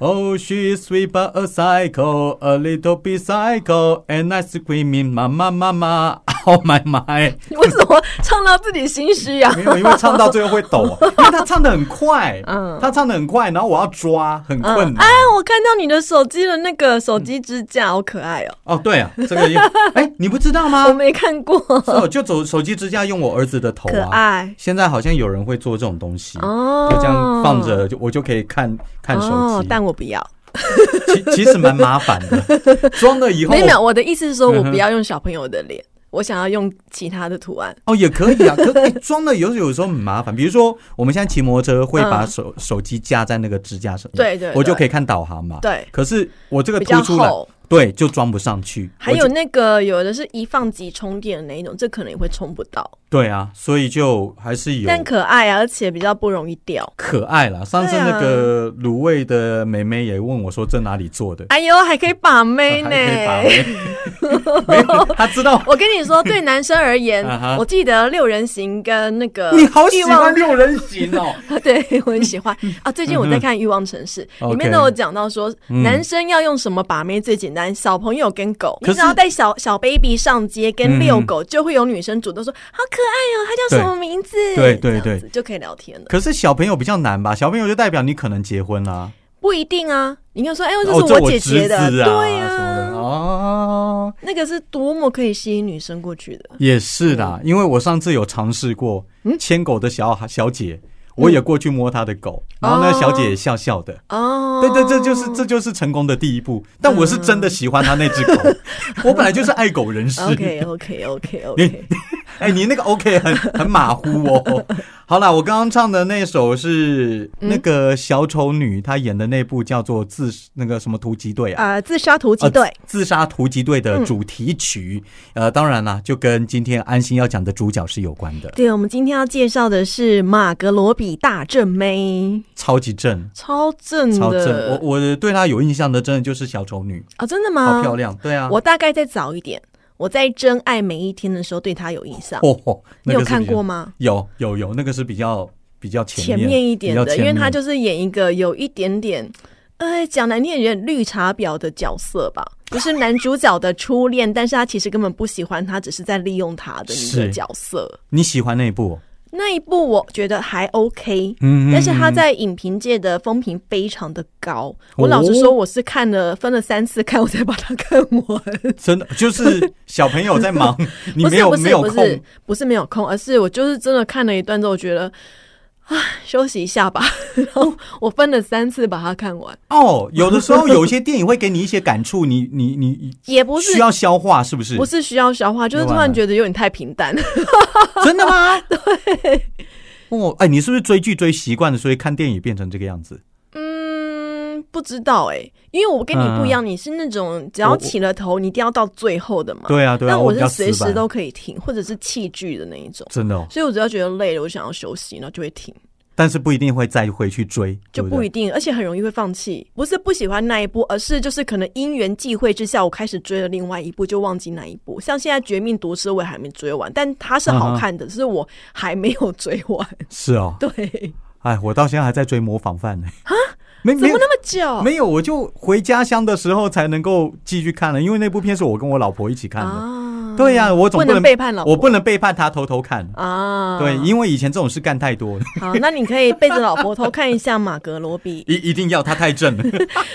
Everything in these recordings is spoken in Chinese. Oh, she's sweet but a psycho, a little bit psycho, and I screaming, mama, mama, oh my my。 你为什么唱到自己心虚啊？没有，因为唱到最后会抖，啊 因为他唱的很快，嗯他唱的很快，然后我要抓，很 困嗯，难哎。，我看到你的手机的那个手机支架，好可爱哦、哦，对啊，这个 也，哎、你不知道我吗？没看 过，是我就走手机支架用我儿子的头可啊。爱现在好像有人会做这种东西，哦，就这样放着，就我就可以看看手机。哦，但我不要。其其实蛮麻烦 的，装了以后没有，没有，我的意思是说我嗯哼不要用小朋友的脸，我想要用其他的图案。哦，也可以 啊，可哎装了有有时候很麻烦。比如说，我们现在骑摩托车会把嗯手、手机架在那个支架上，对对我就对可以看导航嘛。对，可是我这个比凸较出来，厚。对，就装不上去。还我有就那个有的是一放即充电的那一种，这可能也会充不到，对啊，所以就还是有但可爱啊，而且比较不容易掉。可爱啦。上次对啊那个卤味的妹妹也问我说这哪里做的，哎呦，还可以把妹啊还 呢！可以把 没有，她知道。我跟你说，对男生而言啊哈，我记得六人行跟那个你好喜欲望欢六人行哦， 对，我很喜欢啊！最近我在看《欲望城市》，里面都嗯 OK 有讲到说，嗯男生要用什么把妹最简单，小朋友跟狗，可你是只要带小小 baby 上街嗯跟遛狗，就会有女生主动说：“好可爱哦，他叫什么名字？”对对这样对子就可以聊天了。可是小朋友比较难吧？小朋友就代表你可能结婚啦、不一定啊，你看说：“哎呦，哦，是这姐侄姐子的。啊，对什么的啊，哦。那个是多么可以吸引女生过去的。也是啦，嗯因为我上次有尝试过牵狗的小小姐，我也过去摸她的狗，然后那嗯哦小姐也笑笑的。哦，对对，这就是这就是成功的第一步。但我是真嗯的喜欢她那只狗，我本来就是爱狗人士。 OK OK OK OK，哎，你那个 OK 很很马虎哦。好啦，我刚刚唱的那首是嗯那个小丑女她演的那部叫做自那个什么突击队啊。啊，自杀突击队嗯呃，自杀突击队的主题曲，呃，当然啦，就跟今天安心要讲的主角是有关的。对，我们今天要介绍的是马格罗比大正妹，超级正，超正超正。我嗯的我对她有印象的，真的就是小丑女，啊、真的吗？好漂亮。对啊，我大概再早一点，我在《真爱每一天》的时候对她有印象。哦吼你那个有是看比较过吗？有有有，那个是比较比较前前面一比点较的，前因为面她就是演一个有一点点，哎，讲难听点，绿茶婊的角色吧，就是男主角的初恋，但是他其实根本不喜欢他，只是在利用他的一个是角色。你喜欢那一部哦，那一部我觉得还 OK，嗯但是他在影评界的风评非常的高。我哦老实说，我是看了分了三次看，我才把它看完。真的就是小朋友在 忙，你不没是有不没是有不空是。不是没有空，而是我就是真的看了一段之后，我觉得，唉，休息一下吧。 然后我分了三次把它看完，哦，有的时候有一些电影会给你一些感触，你你你也不是需要啊消化，是不是？不是需要消化，就是突然觉得有点太平淡。 真的吗？对。哦，哎，你是不是追剧追习惯了，所以看电影变成这个样子？嗯，不知道哎、因为我跟你不一样，你是那种只嗯要我起了头，你一定要到最后的嘛。对啊，对啊，但哦我比较是随死时板都可以停，或者是弃剧的那一种。真的哦，所以我只要觉得累了，我想要休息，然后就会停，但是不一定会再回去追，就对不对一定，而且很容易会放弃。不是不喜欢那一部，而是就是可能因缘际会之下，我开始追了另外一部，就忘记那一部。像现在《绝命毒师》，我也还没追完，但它是嗯好看的，只是我还没有追完。是哦。对，哎，我到现在还在追模仿犯 呢。啊，没怎没么有那么久？没有，我就回家乡的时候才能够继续看了，因为那部片是我跟我老婆一起看的。啊对呀、我总不能能背叛老婆我不能背叛她偷偷看。啊！对，因为以前这种事干太多 了，好，那你可以背着老婆偷看一下马格罗比。一一定要她太 正了。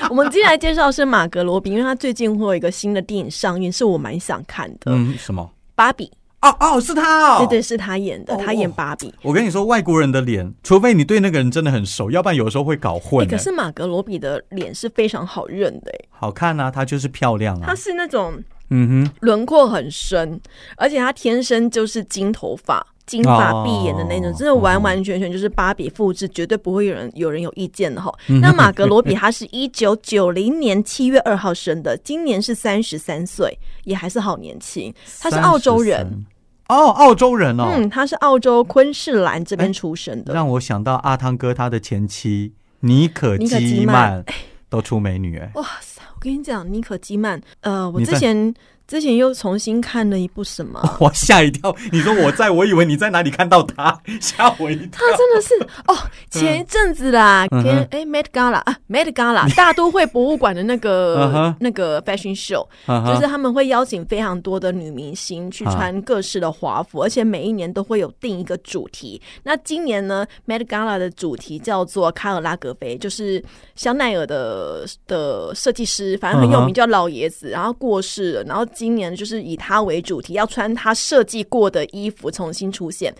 我们今天来介绍的是马格罗比，因为他最近会有一个新的电影上映，是我蛮想看的。嗯，什么？芭比，哦哦，是她哦。对对，。是他演的，哦他演芭比。我跟你说，外国人的脸，除非你对那个人真的很熟，要不然有时候会搞哎、混、欸可是马格罗比的脸是非常好认的、哎，好看啊，她就是漂亮啊她。是那种嗯哼，轮廓很深，而且她天生就是金头发、金发碧眼的那种，哦真的完完全全就是芭比复制，绝对不会有人有人有意见的哈。嗯那马格罗比她是一九九零年七月二号生的，今年是三十三岁，也还是好年轻。她是澳洲人， 33。哦，澳洲人哦。哎嗯，她是澳洲昆士兰这边出生的。让我想到阿汤哥他的前妻妮可妮可基基曼都出美女哎、哇塞！我跟你讲，妮可基曼，呃，我你之在哦前之前又重新看了一部什么， 我吓一跳！你说我在，我以为你在哪里看到他， 吓我一 跳他。真的是哦，前一阵子啦，嗯哼跟哎 Met Gala 啊 Met Gala 大都会博物馆的那嗯个哼那个 fashion show，嗯哼啊就是他们会邀请非常多的女明星去穿各式的华服，而且每一年都会有定一个主题。那今年呢，Met Gala 的主题叫做卡尔拉格菲，就是香奈儿的的设计师，反正很有嗯名，哼叫老爷子，然后过世了。然后今年就是以他为主题，要穿他设计过的衣服重新出现。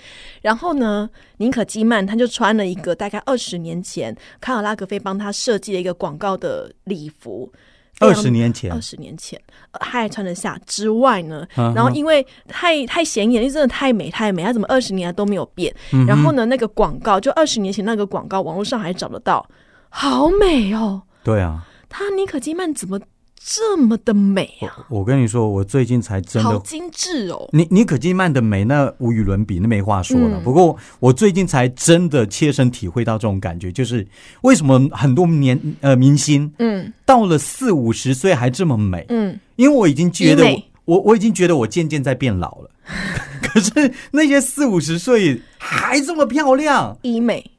然后呢，宁可基曼他就穿了一个大概二十年前卡尔拉格菲帮他设计的一个广告的礼服。非二常十年前二，十年前，呃他还穿得下之外呢，嗯哼然后因为太太显眼，因为真的太美太美，她怎么二十年来都没有变？嗯然后呢，那个广告就二十年前那个广告，网络上还找得到，好美哦！对啊，她妮可基曼怎么这么的美啊？我跟你说，我最近才哦真好的。精致哦！妮妮可基曼的美，那无与伦比，那没话说嗯了。不过我最近才真的切身体会到这种感觉，就是为什么很多年呃明星嗯到了四五十岁还这么美，嗯，因为我已经觉得我医美我我已经觉得我渐渐在变老 了。可是那些四五十岁还这么漂亮，医美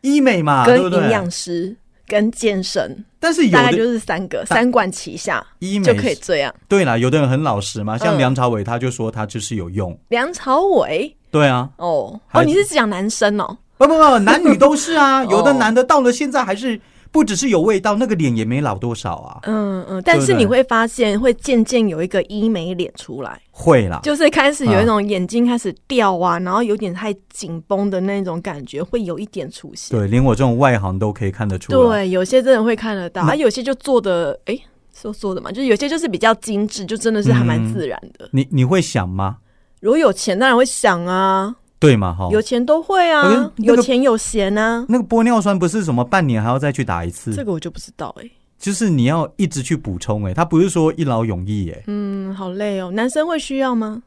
医美嘛，跟啊对不营对？养师跟健身，但是有大概的啊就是三个三管齐下医美就可以这样。对啦，有的人很老实嘛，像嗯梁朝伟他就说他就是有用，梁朝伟对啊，哦还哦，你是讲男生哦？不不不，男女都是 啊，哦有的男的到了现在还是不只是有味道，那个脸也没老多少啊，嗯嗯，但对不是你对会发现，会渐渐有一个医美脸出来，会啦，就是开始有一种眼睛开始掉啊，然后有点太紧绷的那种感觉，会有一点出现。对，连我这种外行都可以看得出来，对，有些真的会看得到，而、啊有些就做的，哎、说做的嘛，就是有些就是比较精致，就真的是还蛮自然的。你你会想吗？如果有钱，当然会想啊，对嘛哈，有钱都会啊，我觉哦得那个有钱有闲啊，那个玻尿酸不是什么半年还要再去打一次，这个我就不知道哎、诶就是你要一直去补充、欸，哎，它不是说一劳永逸、欸，哎、嗯，好累哦，男生会需要吗？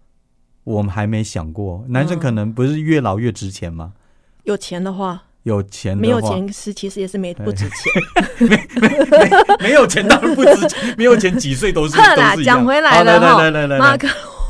我们还没想过，男生可能不是越老越值钱吗？有钱的话，有钱的没有话，钱是其实也是没不值钱。 没有钱当然不值 钱，没有钱几岁都是。呵啦都是一样讲回来好来了哈来 来来马来，克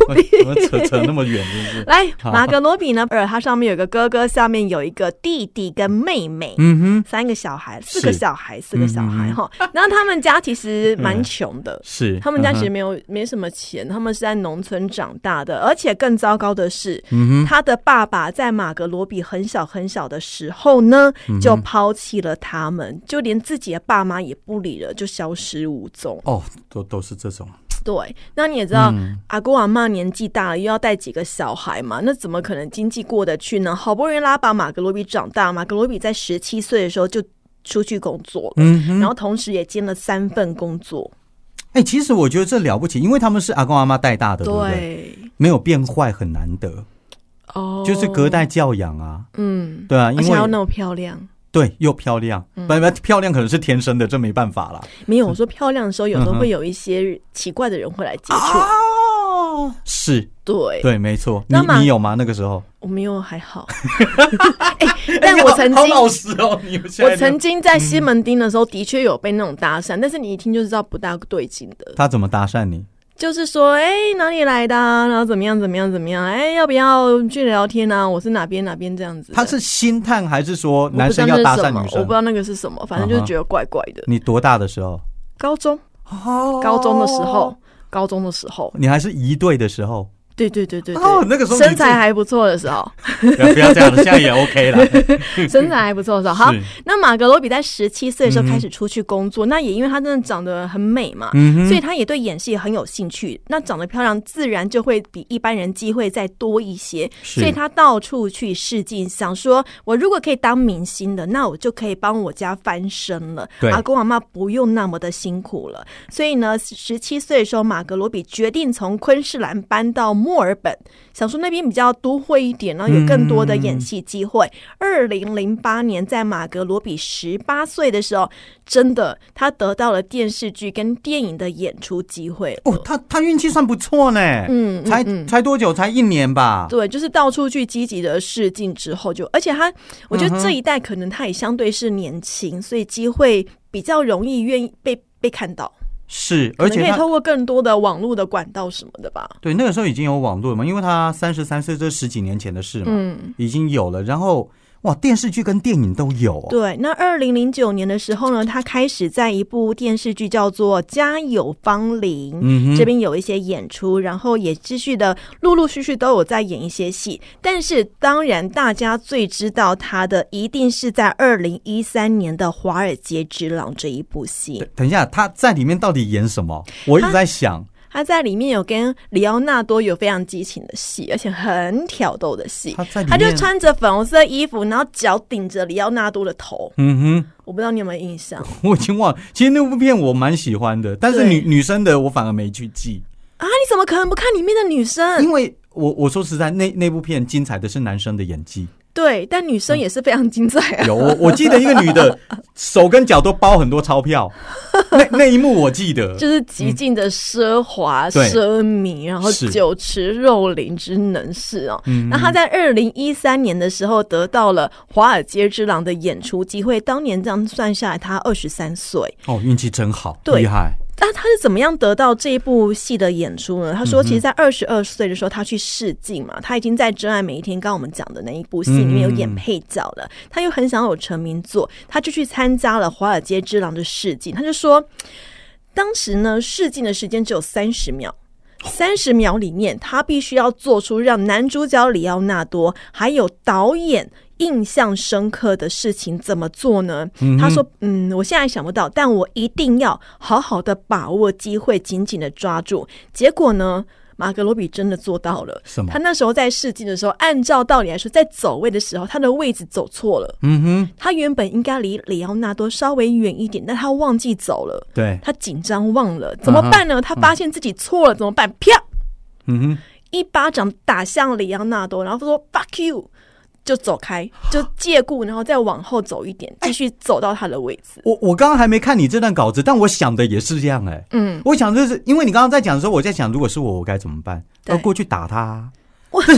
我们扯扯那么远，真是。来，好马格罗比呢？呃，他上面有个哥哥，下面有一个弟弟跟妹妹，嗯哼，三个小孩，是嗯四个小孩，四个小孩哈。然后他们家 其实蛮穷的。是他们家其实嗯没有、没什么钱，他们是在农村长大的，而且更糟糕的是，嗯他的爸爸在马格罗比很小很小的时候呢，嗯就抛弃了他们，就连自己的爸妈也不理了，就消失无踪。哼，哦，都都是这种，对，那你也知道，嗯阿公阿妈年纪大了，又要带几个小孩嘛，那怎么可能经济过得去呢？好不容易拉把马格罗比长大，马格罗比在十七岁的时候就出去工作了，嗯哼。然后同时也兼了三份工作。哎、其实我觉得这了不起，因为他们是阿公阿妈带大的，对不对？没有变坏很难得，哦就是隔代教养啊，嗯，对啊，因而且还要嗯那为么漂亮。对又漂亮，不不、漂亮可能是天生的，这没办法啦。没 有，我说漂亮的时候，有嗯时候会有一些奇怪的人会来接触。啊哦，是对，对，没错。你那马你有吗？那个时候，我没有 还好。哎、但我曾哎你好经好老实哦，嗯你现在我曾经在西门町的时候，的确有被那种搭讪，但是你一听就知道不大对劲的，他怎么搭讪你？就是说，哎、哪里来的、啊？然后怎么样，怎么样，怎么样？哎、要不要去聊天啊？我是哪边哪边这样子的。他是心探还是说我男不知生道那要是搭什讪么女我生嗯不知？道那个是什么，反正就是觉得怪怪的。你多大的时候？高中，哦高中的时候，高中的时候，你还是一队的时候？对对对对对，哦那个时候你身自材还不错的 时候，不要不要这样了，现在也 OK 了。身材还不错的时候， 好是，那马格罗比在十七岁的时候开始出去工嗯作，那也因为她真的长得很美嘛，所以她也对演戏很有兴趣。那长得漂亮，自然就会比一般人机会再多一些，是所以她到处去试镜，想说我如果可以当明星的，那我就可以帮我家翻身了对，阿公阿妈不用那么的辛苦了。所以呢，十七岁的时候，马格罗比决定从昆士兰搬到墨尔本，想说那边比较都会一点，然后有更多的演戏机会。二零零八年，在马格罗比十八岁的时候，真的他得到了电视剧跟电影的演出机会了。哦，他他运气算不错呢。嗯嗯才才多久？才一年吧。对，就是到处去积极的试镜之后就，而且他，我觉得这一代可能他也相对是年轻，所以机会比较容易愿意被被看到。是，可而能且可以他透过更多的网络的管道什么的吧。对那个时候已经有网络了嘛，因为他三十三岁，这十几年前的事嘛，嗯，已经有了。然后哇，电视剧跟电影都有、哦，对。那二零零九年的时候呢，他开始在一部电视剧叫做《家有芳邻》嗯哼这边有一些演出，然后也继续的陆陆续续都有在演一些戏。但是当然，大家最知道他的一定是在二零一三年的《华尔街之狼》这一部戏对。等一下，他在里面到底演什么？我一直在想，他在里面有跟里奥纳多有非常激情的戏，而且很挑逗的戏他。在里他面，就穿着粉红色衣服，然后脚顶着里奥纳多的头，嗯我不知道你有没有印象哼，我已经忘了。其实那部片我蛮喜欢的，但是对女女生的我反而没去记，啊？你怎么可能不看里面的女生？因为我我说实在，那那部片精彩的是男生的演技。对，但女生也是非常精彩 啊。有，我我记得一个女的手跟脚都包很多钞 票，那那一幕我记得。就是极尽的奢华、嗯对奢靡，然后是酒池肉林之能事哦。嗯那他在二零一三年的时候得到了《华尔街之狼》的演出机会，当年这样算下来，他二十三岁。哦，运气真好，对厉害。那他是怎么样得到这一部戏的演出呢？他说，其实，在二十二岁的时候，他去试镜嘛，他已经在《真爱每一天》刚刚我们讲的那一部戏里面有演配角了，他又很想有成名作，他就去参加了《华尔街之狼》的试镜。他就说，当时呢，试镜的时间只有三十秒。三十秒里面，他必须要做出让男主角里奥纳多还有导演印象深刻的事情，怎么做呢？他说：“嗯，我现在想不到，但我一定要好好的把握机会，紧紧的抓住。”结果呢？马格罗比真的做到了什么。他那时候在试镜的时候，按照道理来说，在走位的时候，他的位置走错了。嗯哼，他原本应该离里奥纳多稍微远一点，但他忘记走了。对，他紧张忘了，怎么办嗯呢？他发现自己错了，怎么办？啪，嗯哼，一巴掌打向里昂纳多，然后说 “fuck you”，就 走开，就借故，然后再往后走一点，哎继续走到他的位置。我我刚刚还没看你这段稿子，但我想的也是这样哎、嗯，我想就是因为你刚刚在讲的时候，我在想，如果是我，我该怎么办？对要过去打他、啊。我这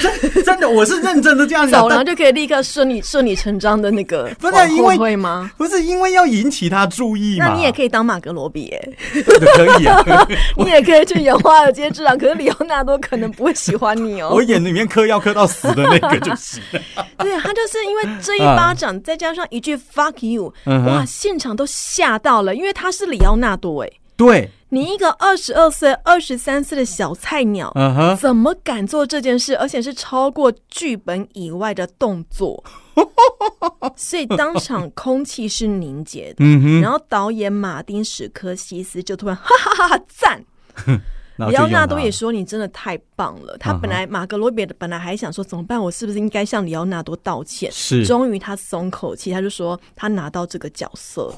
这这真的，我是认真的这样走，想，然后但就可以立刻顺理顺理成章的那个 不是往后因为退吗？不是因为要引起他注意嘛？那你也可以当马格罗比耶， 以，可以、啊。你也可以去演华尔街之狼，可是里奥纳多可能不会喜欢你哦我。演里面嗑药嗑到死的那个就 行了。对他就是因为这一巴掌，再加上一句 “fuck you”，啊嗯哼哇，现场都吓到了，因为他是里奥纳多哎。对，你一个二十二岁、二十三岁的小菜鸟，嗯哼，怎么敢做这件事？而且是超过剧本以外的动 作，所以当场空气是凝结的。嗯哼，然后导演马丁·史科西斯就突然哈哈哈哈赞，然后里就奥用纳他嗯多也说你真的太棒了。他本来马格罗比本来还想说怎么办，我是不是应该向里奥纳多道歉？是终于他松口气，他就说他拿到这个角色了，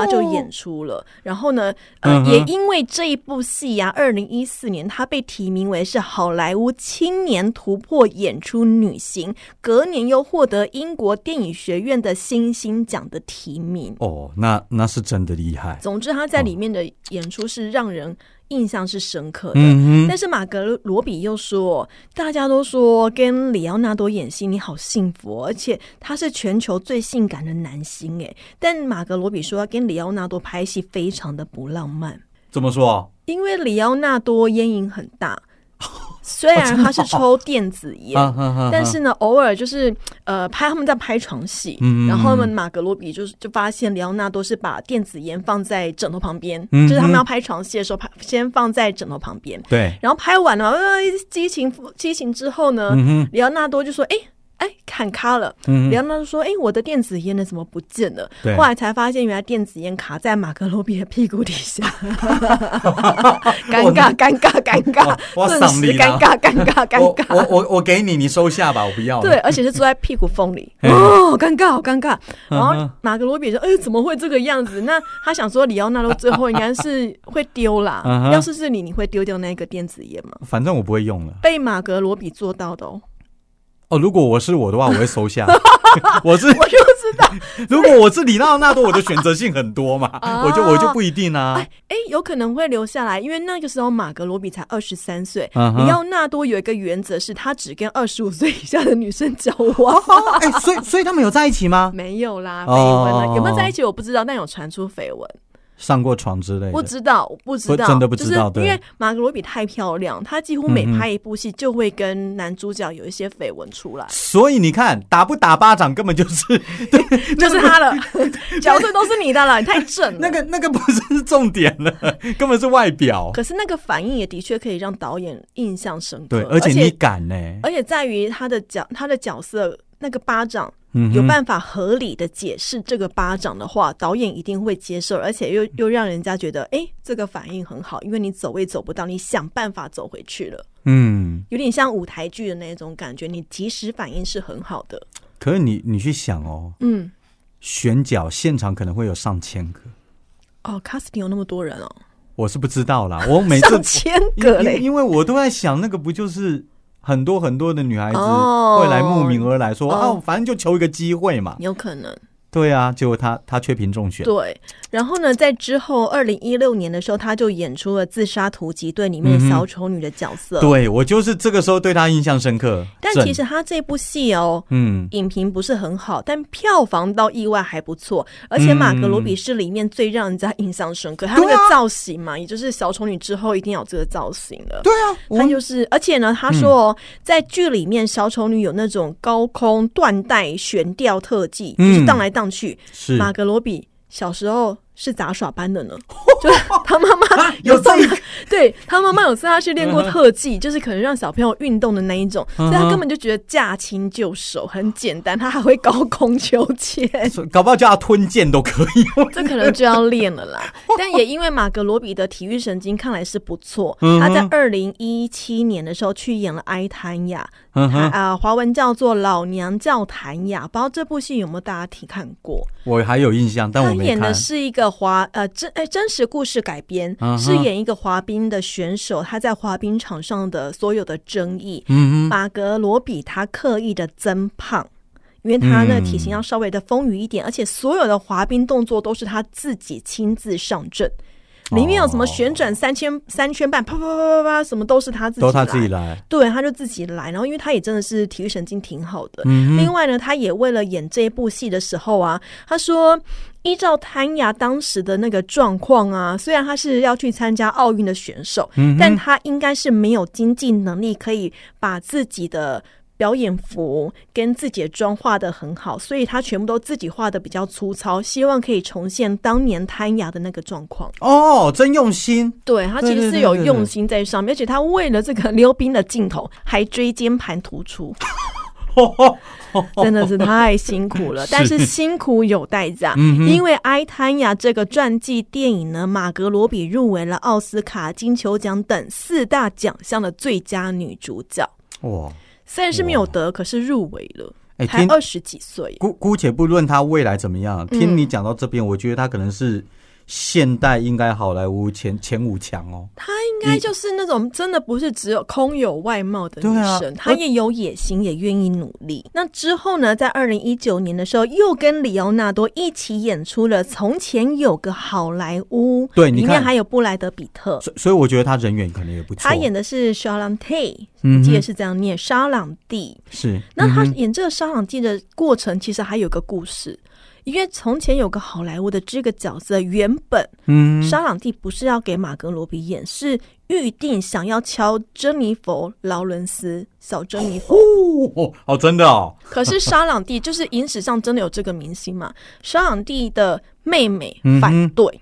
他就演出了。然后呢，呃，哦嗯哼也因为这一部戏呀、2二零一四年他被提名为是好莱坞青年突破演出女星，隔年又获得英国电影学院的星星奖的提名。哦，那那是真的厉害。总之，他在里面的演出是让人印象是深刻的。嗯哼，但是马格罗比又说，大家都说跟里奥纳多演戏你好幸福哦、而且他是全球最性感的男星诶。但马格罗比说，跟里奥纳多拍戏非常的不浪漫，怎么说？因为里奥纳多烟瘾很大，虽然他是抽电子 烟。啊哈哈但是呢，偶尔就是呃拍他们在拍床戏，嗯嗯然后他们马格罗比就是就发现里奥纳多是把电子烟放在枕头旁边，嗯就是他们嗯要拍床戏的时候，拍先放在枕头旁边，对，然后拍完了，呃，激情激情之后呢，嗯哼，里奥纳多就说：“哎、哎，砍咖了。嗯里哼，奥纳多说：“哎、我的电子烟呢？怎么不见了？”对后来才发现，原来电子烟卡在马格罗比的屁股 底下，尴尬，尴尬，尴我尬，哦我顿丧时礼尴啦尬，尴尬，尴我尬。我我我给你，你收下吧，我不要了。对，而且是坐在屁股缝里， 嘿哦，尴尬，好尴尬。然嗯后哼马格罗比说：“哎，怎么会这个样子？”那他想说，里奥纳多最后应该是会丢啦嗯。哼要是是你，你会丢掉那个电子烟吗？反正我不会用了。被马格罗比做到的哦， 哦，如果我是我的话，我会收下。 我是我就知道。如果我是里奥纳多，我的选择性很多嘛，啊我就我就不一定啊哎。哎，有可能会留下来，因为那个时候马格罗比才二十三岁。嗯哼里奥纳多有一个原则是，他只跟二十五岁以下的女生交往。哦，哎，所以所以他们有在一起吗？没有啦，绯哦闻了、有没有在一起我不知道，但有传出绯闻。上过床之类的。不知道，我不知道，真的不知道就对嗯是因为马格罗比太漂亮，她几乎每拍一部戏就会跟男主角有一些绯闻 出来，所以你看，打不打巴掌根本就是 就是她了，角色都是你的了，你太正 了。那个那个不是重点了，根本是外表。可是那个反应也的确可以让导演印象深刻，对，而且你敢呢、而且在于他的角，他的角色那个巴掌嗯哼有办法合理的解释这个巴掌的话，导演一定会接受，而且又嗯又让人家觉得，哎、这个反应很好，因为你走位走不到，你想办法走回去了，嗯，有点像舞台剧的那种感觉，你及时反应是很好的。可是你你去想哦，嗯，选角现场可能会有上千个，哦，casting 有那么多人哦，我是不知道啦。我每次 上千因个因嘞，因为我都在想，那个不就是很多很多的女孩子哦会来慕名而来说，哦啊，反正就求一个机会嘛。有可能。对啊，结果她她却凭中选。对，然后呢，在之后二零一六年的时候，他就演出了《自杀突击队》里面嗯哼小丑女的角色。对我就是这个时候对她印象深刻。但正其实他这部戏哦，嗯，影评不是很好，但票房到意外还不错。而且马格罗比是里面最让人家印象深刻，他那对啊个造型嘛，也就是小丑女之后一定要有这个造型了。对啊，嗯我他就是，而且呢，他说哦，在剧里面小丑女有那种高空断带悬吊特技，嗯就是荡来荡去。是马格罗比小时候是杂耍 班的呢，就是他妈妈有送这他， 对他妈妈有送他去练过特技，就是可能让小朋友运动的那一种，所以嗯他哼根本就觉得驾轻就熟，很简单。他还会高空秋 千，哎搞不好叫她吞剑都可以。 这可能就要练了啦。但也因为马格罗比的体育神经看来是不错，嗯哼他在二零一七年的时候去演了《哀谭雅》，嗯啊、哼，华文叫做《老娘叫谭雅》，不知道这部戏有没有大家提看过？我还有印象，但他我没演的看。是一个滑呃真哎真实故事改编嗯哼是演一个呃滑冰的选手，他在滑冰场上的所有的争议。嗯哼，马格罗比他刻意的增胖，因为他那嗯体型要稍微的丰腴一点，而且所有的滑冰动作都是他自己亲自上阵。里面有什么哦旋转三圈、三圈半，啪啪啪啪啪，什么都是他自己都来。她自己来。对，他就自己来。然后，因为他也真的是体育神经挺好的。嗯哼另外呢，他也为了演这一部戏的时候啊，他说，依照谭雅当时的那个状况啊，虽然他是要去参加奥运的选手，嗯但他应该是没有经济能力可以把自己的。表演服跟自己的妆画的很好，所以他全部都自己画的比较粗糙，希望可以重现当年谭雅的那个状况。哦，真用心。对他其对对实对是有对对用心在上面，而且他为了这个溜冰的镜头还椎间盘 突出，真的是太辛苦了。但是辛苦有代价，嗯因为《哀贪雅》这个传记电影呢，马格罗比入围了奥斯卡、金球奖等四大奖项的最佳女主角，哇，虽然是没有得，可是入围了，哎才听二十几岁。姑姑且不论他未来怎么样，听嗯你讲到这边，我觉得他可能是现代应该好莱坞前前五强哦。她应该就是那种真的不是只有空有外貌的女对啊生，她也有野心，也愿意努力。那之后呢，在二零一九年的时候，又跟里奥纳多一起演出了《从前有个好莱坞》，对你里看面还有布莱德比特，所以所以我觉得他人缘可能也不错。他演的是莎朗蒂，嗯哼记得是这样念莎朗蒂。是那他演这个莎朗蒂的过程，其实还有个故事。因为从前有个好莱坞的这个角色，原本嗯莎朗蒂不是要给马格罗比演，是预定想要敲珍妮佛·劳伦斯小珍妮佛。哦哦，真的哦，可是莎朗蒂就是影史上真的有这个明星嘛？莎朗蒂的妹妹嗯哼反对，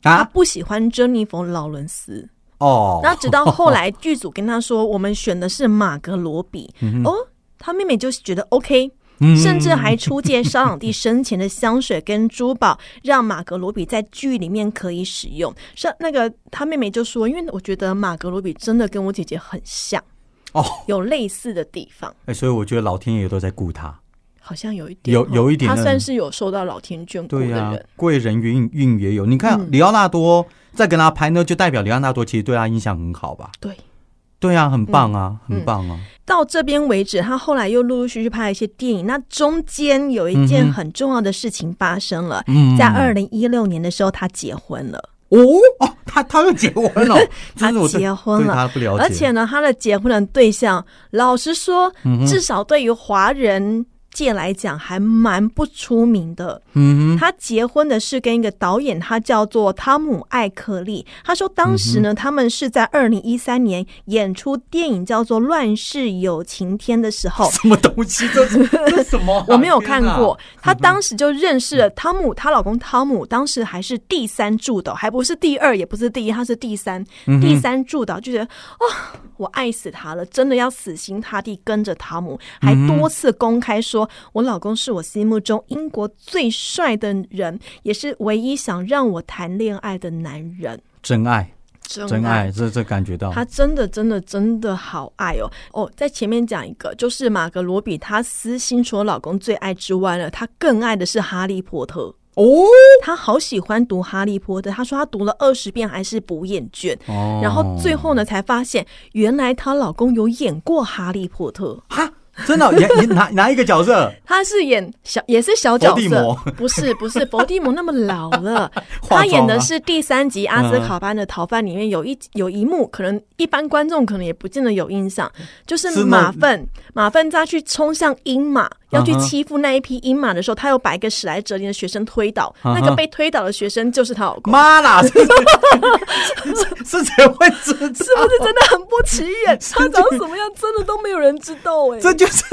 她啊不喜欢珍妮佛·劳伦斯。哦，那直到后来剧组跟她说，我们选的是马格罗比，哦，她妹妹就是觉得 OK。嗯甚至还出借莎朗蒂生前的香水跟珠宝，让马格罗比在剧里面可以使用。是那个他妹妹就说，因为我觉得马格罗比真的跟我姐姐很像，哦，有类似的地方，哎，所以我觉得老天爷都在顾他。好像有一点，哦有有一点他那算是有受到老天眷顾的对人。嗯呀、贵人运运也有。你看里奥纳多在跟他拍呢，就代表里奥纳多其实对他印象很好吧？对对啊，很棒啊，嗯很棒啊。到这边为止，他后来又陆陆续续拍了一些电影。那中间有一件很重要的事情发生了，嗯在二零一六年的时候，他结婚了。哦哦，他他又结婚 了，哦真是我对嗯结婚了对他不了解，嗯而且呢，他的结婚的对象，老实说，至少对于华人界来讲还蛮不出名的。嗯哼，他结婚的是跟一个导演，他叫做汤姆·艾克利。他说当时嗯呢，他们是在二零一三年演出电影叫做《乱世有晴天》的时候， 什么东西？ 这是这是什么 啊、我没有看天哪嗯过。。她当时就认识了汤姆，她老公汤姆当时还是第三助导，还不是第二，也不是第一，他是第三，嗯第三助导就觉得哦，我爱死他了，真的要死心塌地跟着汤姆，还嗯多次公开说，我老公是我心目中英国最帅的人，也是唯一想让我谈恋爱的男人。真爱，真真爱，这这感觉到。他真的真的真的好爱哦哦，在前面讲一个，就是马格罗比，她私心除了老公最爱之外呢，她更爱的是哈利波特。哦她好喜欢读哈利波特，她说她读了二十遍还是不厌倦。哦然后最后呢，才发现原来她老公有演过哈利波特，哦哈，真的演演哪哪一个角 色？他是演小也是小角伏地色魔，不是不是伏地魔那么老了， 化妆啊他演的是第三集《阿兹卡班的逃犯》里面有一有一幕，可能一般观众可能也不见得有印象，就是是马那粪马粪他去冲向鹰马，要去嗯哼欺负那一匹鹰马的时候，他又把一个史莱哲林的学生推倒，嗯那哼个被推倒的学生就是她老公，妈 啦，是是是谁会知道？是不是真的很不起 眼？他长什么样真的都没有人知道哎、这就是，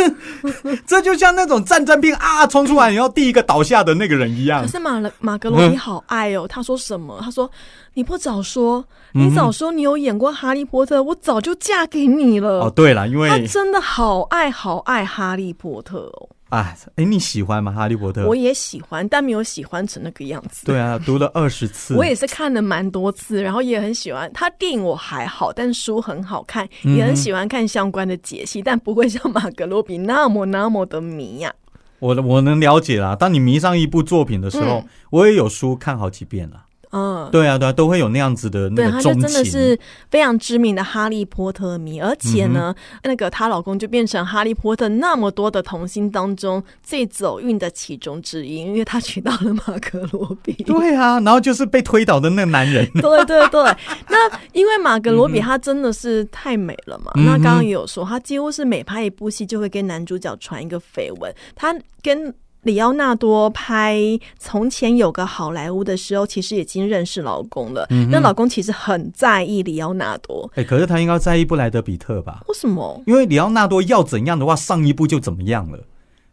这就像那种战争片啊，冲出来然后第一个倒下的那个人一样可。是马勒马格罗比好爱哦，他说什么？他说你不早说，嗯你早说你有演过哈利波特，我早就嫁给你哦，了。对了，因他为真的好爱好爱哈利波特哦，啊，哎，你喜欢吗？哈利波特我？也喜欢，但没有喜欢成那个样子。对啊，读了二十次。我也是看了蛮多次，然后也很喜欢他电影，我还好，但书很好看，嗯也很喜欢看相关的解析，但不会像马格罗比那么那么的迷啊呀、我我能了解啦。当你迷上一部作品的时候，我也有书看好几遍了。嗯，对啊，对啊，都会有那样子的对，那她个就钟真的情。是非常知名的哈利波特迷，而且嗯呢，那个她老公就变成哈利波特那么多的童星当中最走运的其中之一，因为他娶到了马格罗比。对啊，然后就是被推倒的那个男人。 对对对，那因为马格罗比她真的是太美了嘛，嗯嗯哼那刚刚也有说，她几乎是每拍一部戏就会跟男主角传一个绯闻，她跟。里奥纳多拍《从前有个好莱坞》的时候，其实已经认识老公了。那老公其实很在意里奥纳多，哎、可是他应该在意布莱德比特吧？为什么？因为里奥纳多要怎样的话，上一部就怎么样了。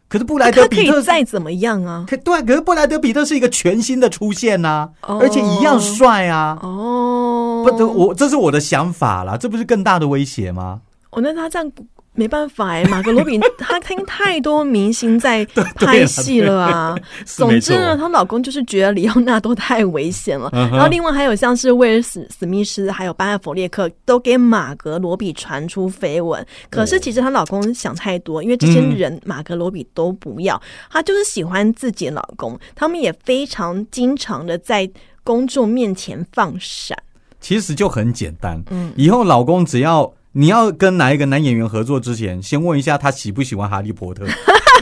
可是布莱他德可比以特再怎么样啊？可对啊，可是布莱德比特是一个全新的出现呐、哦而且一样帅啊。哦，不，这我这是我的想法啦，这不是更大的威胁吗？哦，那他这样不没办法哎、马格罗比他听太多明星在拍戏 了啊。 是总没之呢，错她老公就是觉得里奥纳多太危险了。嗯哼然后另外还有像是威尔史史密斯还有班艾弗列克都给马格罗比传出绯闻，可是其实她老公想太多，因为这些人马格罗比都不要，嗯她就是喜欢自己老公，他们也非常经常的在公众面前放闪。其实就很简单。嗯，以后老公只要你要跟哪一个男演员合作之前，先问一下他喜不喜欢哈利 波特。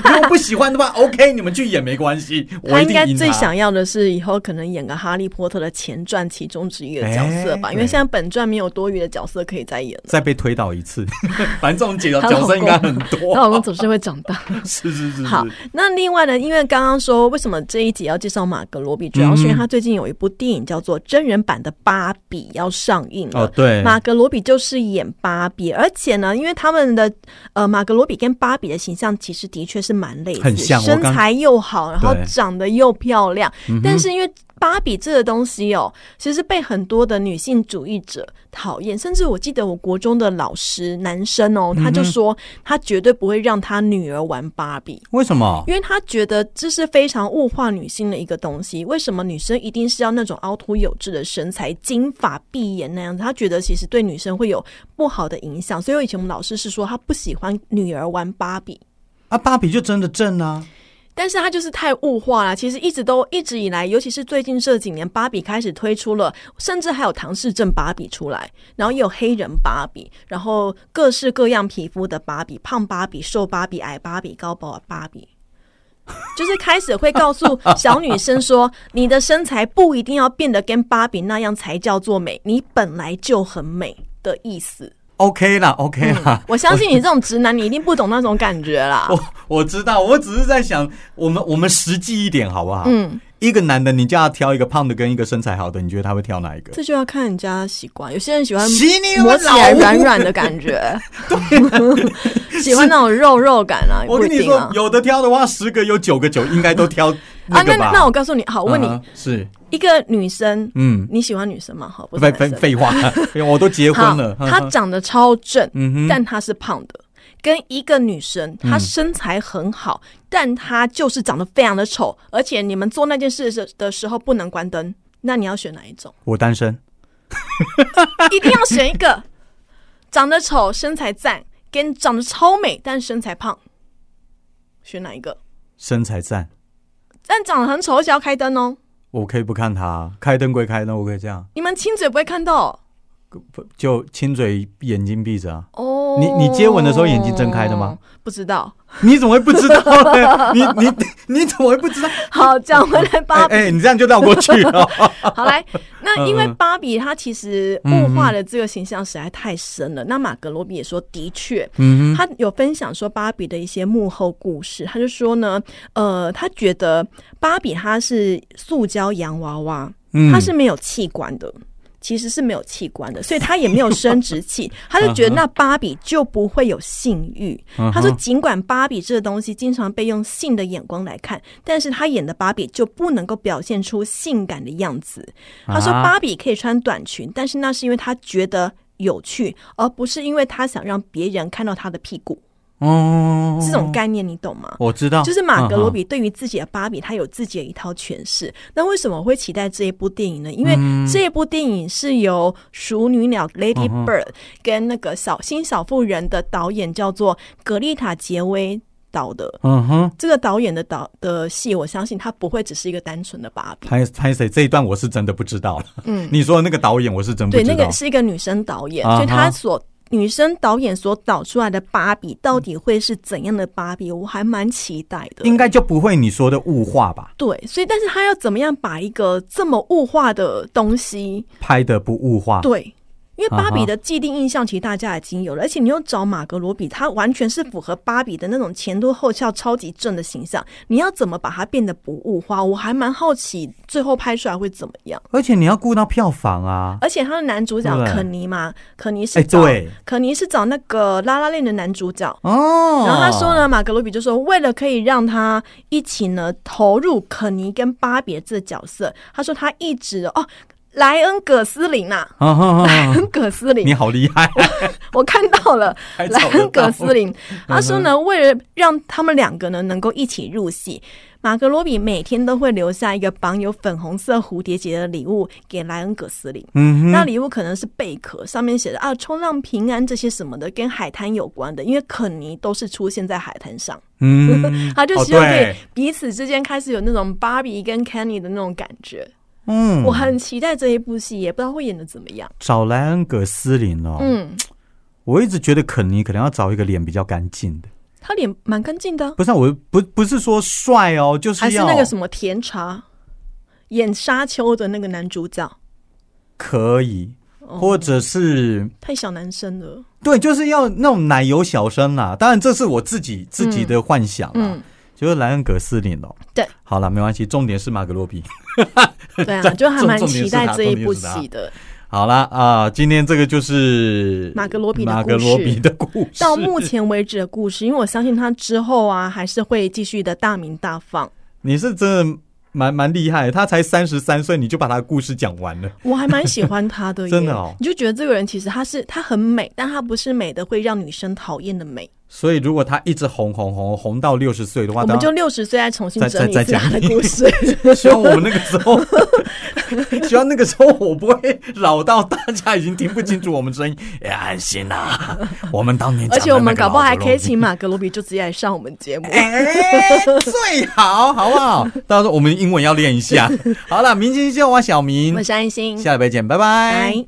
如果不喜欢的话，OK，你们去演没关系，我他一应定该赢啊最想要的是以后可能演个《哈利波特》的前传其中之一的角色吧，哎因为现在本传没有多余的角色可以再演了。再被推倒一 次。反正这种角她老角色应该公很多。她老公总是会长大。是是是是，好，那另外呢，因为刚刚说为什么这一集要介绍马格罗比，主要是因为嗯他最近有一部电影叫做真人版的《芭比》要上映了。哦对马格罗比就是演芭比，而且呢，因为他们的呃马格罗比跟芭比的形象其实的确是蛮类似，很像我身刚嗯材又好，然后对长得又漂亮，但是因为。芭比这个东西哦，其实被很多的女性主义者讨厌，甚至我记得我国中的老师男生哦，他嗯就说他绝对不会让他女儿玩芭比，为什么？因为他觉得这是非常物化女性的一个东西。为什么女生一定是要那种凹凸有致的身材、金发碧眼那样子？他觉得其实对女生会有不好的影响。所以我以前我们老师是说，他不喜欢女儿玩芭比。啊，芭比就真的正啊，但是他就是太物化了，其实一直都一直以来，尤其是最近这几年，芭比开始推出了，甚至还有唐氏症芭比出来，然后也有黑人芭比，然后各式各样皮肤的芭比，胖芭比、瘦芭比、矮芭比、高保芭比。就是开始会告诉小女生说，你的身材不一定要变得跟芭比那样才叫做美，你本来就很美的意思。 OK 啦，OK 啦。我相信你这种直男，你一定不懂那种感觉啦。我我知道，我只是在想，我们我们实际一点好不好？嗯，一个男的，你叫他挑一个胖的跟一个身材好的，你觉得他会挑哪一个？这就要看人家习惯，有些人喜欢洗你摸我嗯起 来老软母软的感觉， 喜欢那种肉肉感啊，也我不跟一你定说啊，。有的挑的话，十个有九个九应该都挑啊，那个吧。那我告诉你，好，我问你嗯，哼是一个女生，嗯，你喜欢女生吗？好，不废是男废生。废话， 因为我都结好婚了，，她哼长得超正，嗯哼，嗯但她是胖的。跟一个女生，她身材很好，但她就是长得非常的丑，而且你们做那件事的的时候不能关灯，那你要选哪一种？我单身，一定要选一个长得丑、身材赞，跟长得超美但身材胖，选哪一个？身材赞，但长得很丑，而且要开灯哦。我可以不看他，开灯归开灯，我可以这样，你们亲嘴不会看到就亲嘴，眼睛闭着 啊。哦。你你接吻的时候眼睛睁开的吗？不知道。你怎么会不知道呢？ 你你你怎么会不知道？好，讲回来哎芭比，哎，你这样就绕过去 了。好来，那因为嗯嗯芭比她其实物化的这个形象实在太深了。那马格罗比也说，的确，嗯他有分享说芭比的一些幕后故事。他就说呢，呃，他觉得芭比她是塑胶洋娃娃，嗯她是没有器官的。其实是没有器官的，所以她也没有生 殖器，他就觉得那芭比就不会有性欲。嗯嗯哼他说，尽管芭比这个东西经常被用性的眼光来看，但是他演的芭比就不能够表现出性感的样子。他说，啊芭比可以穿短裙，但是那是因为他觉得有趣，而不是因为他想让别人看到他的屁股。哦这种概念你懂吗？我知道，就是马格罗嗯比对于自己的芭比，他有自己的一套诠释。那为什么我会期待这一部电影呢？因为嗯这一部电影是由《熟女鸟》（Lady Bird） 跟那个小新小妇人的导演叫做格丽塔·杰威导的。哼嗯哼。这个导演的导的戏，我相信他不会只是一个单纯的芭比。拍拍谁这一段我是真的不知道了。嗯，你说的那个导演我是真不对，知道。那个是一个女生导演，啊哈所以她所女生导演所导出来的芭比到底会是怎样的芭比，我还蛮期待的。应该就不会你说的物化吧？对，所以但是他要怎么样把一个这么物化的东西，拍的不物化。对，因为芭啊比哈的既定印象其实大家已经有了，而且你又找马格罗比，他完全是符合芭比的那种前凸后翘、超级正的形象，你要怎么把它变得不物化？我还蛮好奇最后拍出来会怎么样。而且你要顾到票房啊。而且他的男主角对肯尼嘛，肯尼是哎，找、对肯尼是找那个拉拉链的男主角，哦。然后他说呢，马格罗比就说，为了可以让他一起呢投入肯尼跟巴别这角色，他说他一直哦，莱恩·葛斯林呐、啊哈哈莱哈，恩·葛斯 你林，好厉 害，我看 到了还莱找恩得·葛到斯林。他说呢，为了让他们两个呢能够一起入戏，马格罗比每天都会留下一个绑有粉红色蝴蝶结的礼物给莱恩·葛斯林。嗯那哼，礼物可能是贝壳，上面写着啊冲浪平安这些什么的，跟海滩有关的，因为肯尼都是出现在海滩上。嗯， 他就哦希望可以对彼此之间开始有那种芭比跟 Kenny 的那种感觉。嗯，我很期待这一部戏，也不知道会演的怎么样。找莱恩·葛斯林哦。嗯，我一直觉得肯尼可能要找一个脸比较干净的，他脸蛮干净的啊，不是啊、我不不是说帅哦，就是还是要那个什么甜茶演沙丘的那个男主角，可以，哦或者是太小男生了。对，就是要那种奶油小生啦、当然，这是我自己自己的幻想啦、嗯，就是莱恩·葛斯林哦。对，好了，没关系，重点是马格洛比。对啊，重就还蛮重点期是他待这一部重点是他戏的。好啦，啊、今天这个就是马格罗比的马格故事罗比的故事。到目前为止的故事，因为我相信他之后啊，还是会继续的大名大放。你是真的蛮蛮厉害，他才三十三岁，你就把他的故事讲完了。我还蛮喜欢他的 耶，真的哦你就觉得这个人其实他是他很美，但他不是美的会让女生讨厌的美。所以，如果他一直红红红红到六十岁的话，我当们就六十岁再重新再整理一再次再 他讲的一故事。希望我那个时候， 希望那个时候我不会老到大家已经听不清楚我们声音，也安心啦、我们当年讲而的且我们那个搞不好还可老头以请马格罗比就直接来上我们节目老。哎，最好好不好？到时候我们英文要练一下。好了，明星秀我小明我，是安心，下礼拜见，拜拜。